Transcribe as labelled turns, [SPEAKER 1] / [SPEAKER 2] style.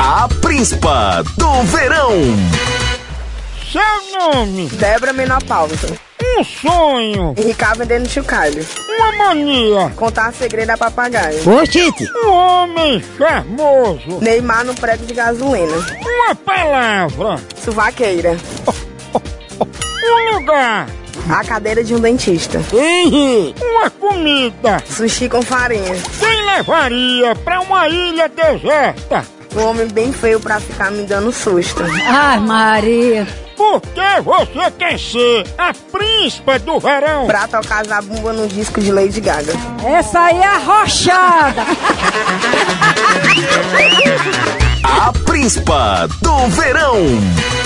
[SPEAKER 1] A Príncipa do Verão.
[SPEAKER 2] Seu nome,
[SPEAKER 3] Débora Menopausa.
[SPEAKER 2] um sonho,
[SPEAKER 3] Ricardo vendendo chocalho.
[SPEAKER 2] uma mania,
[SPEAKER 3] Contar segredo a papagaio.
[SPEAKER 2] um homem charmoso,
[SPEAKER 3] Neymar no prédio de gasolina.
[SPEAKER 2] uma palavra,
[SPEAKER 3] Suvaqueira.
[SPEAKER 2] um lugar,
[SPEAKER 3] A cadeira de um dentista.
[SPEAKER 2] uma comida.
[SPEAKER 3] Sushi com farinha.
[SPEAKER 2] Quem levaria pra uma ilha deserta?
[SPEAKER 3] Um homem bem feio pra ficar me dando susto.
[SPEAKER 4] Ai, Maria.
[SPEAKER 2] Porque você quer ser a príncipa do verão?
[SPEAKER 3] Pra tocar zabumba no disco de Lady Gaga.
[SPEAKER 4] Essa aí é arrochada.
[SPEAKER 1] A Príncipa do Verão.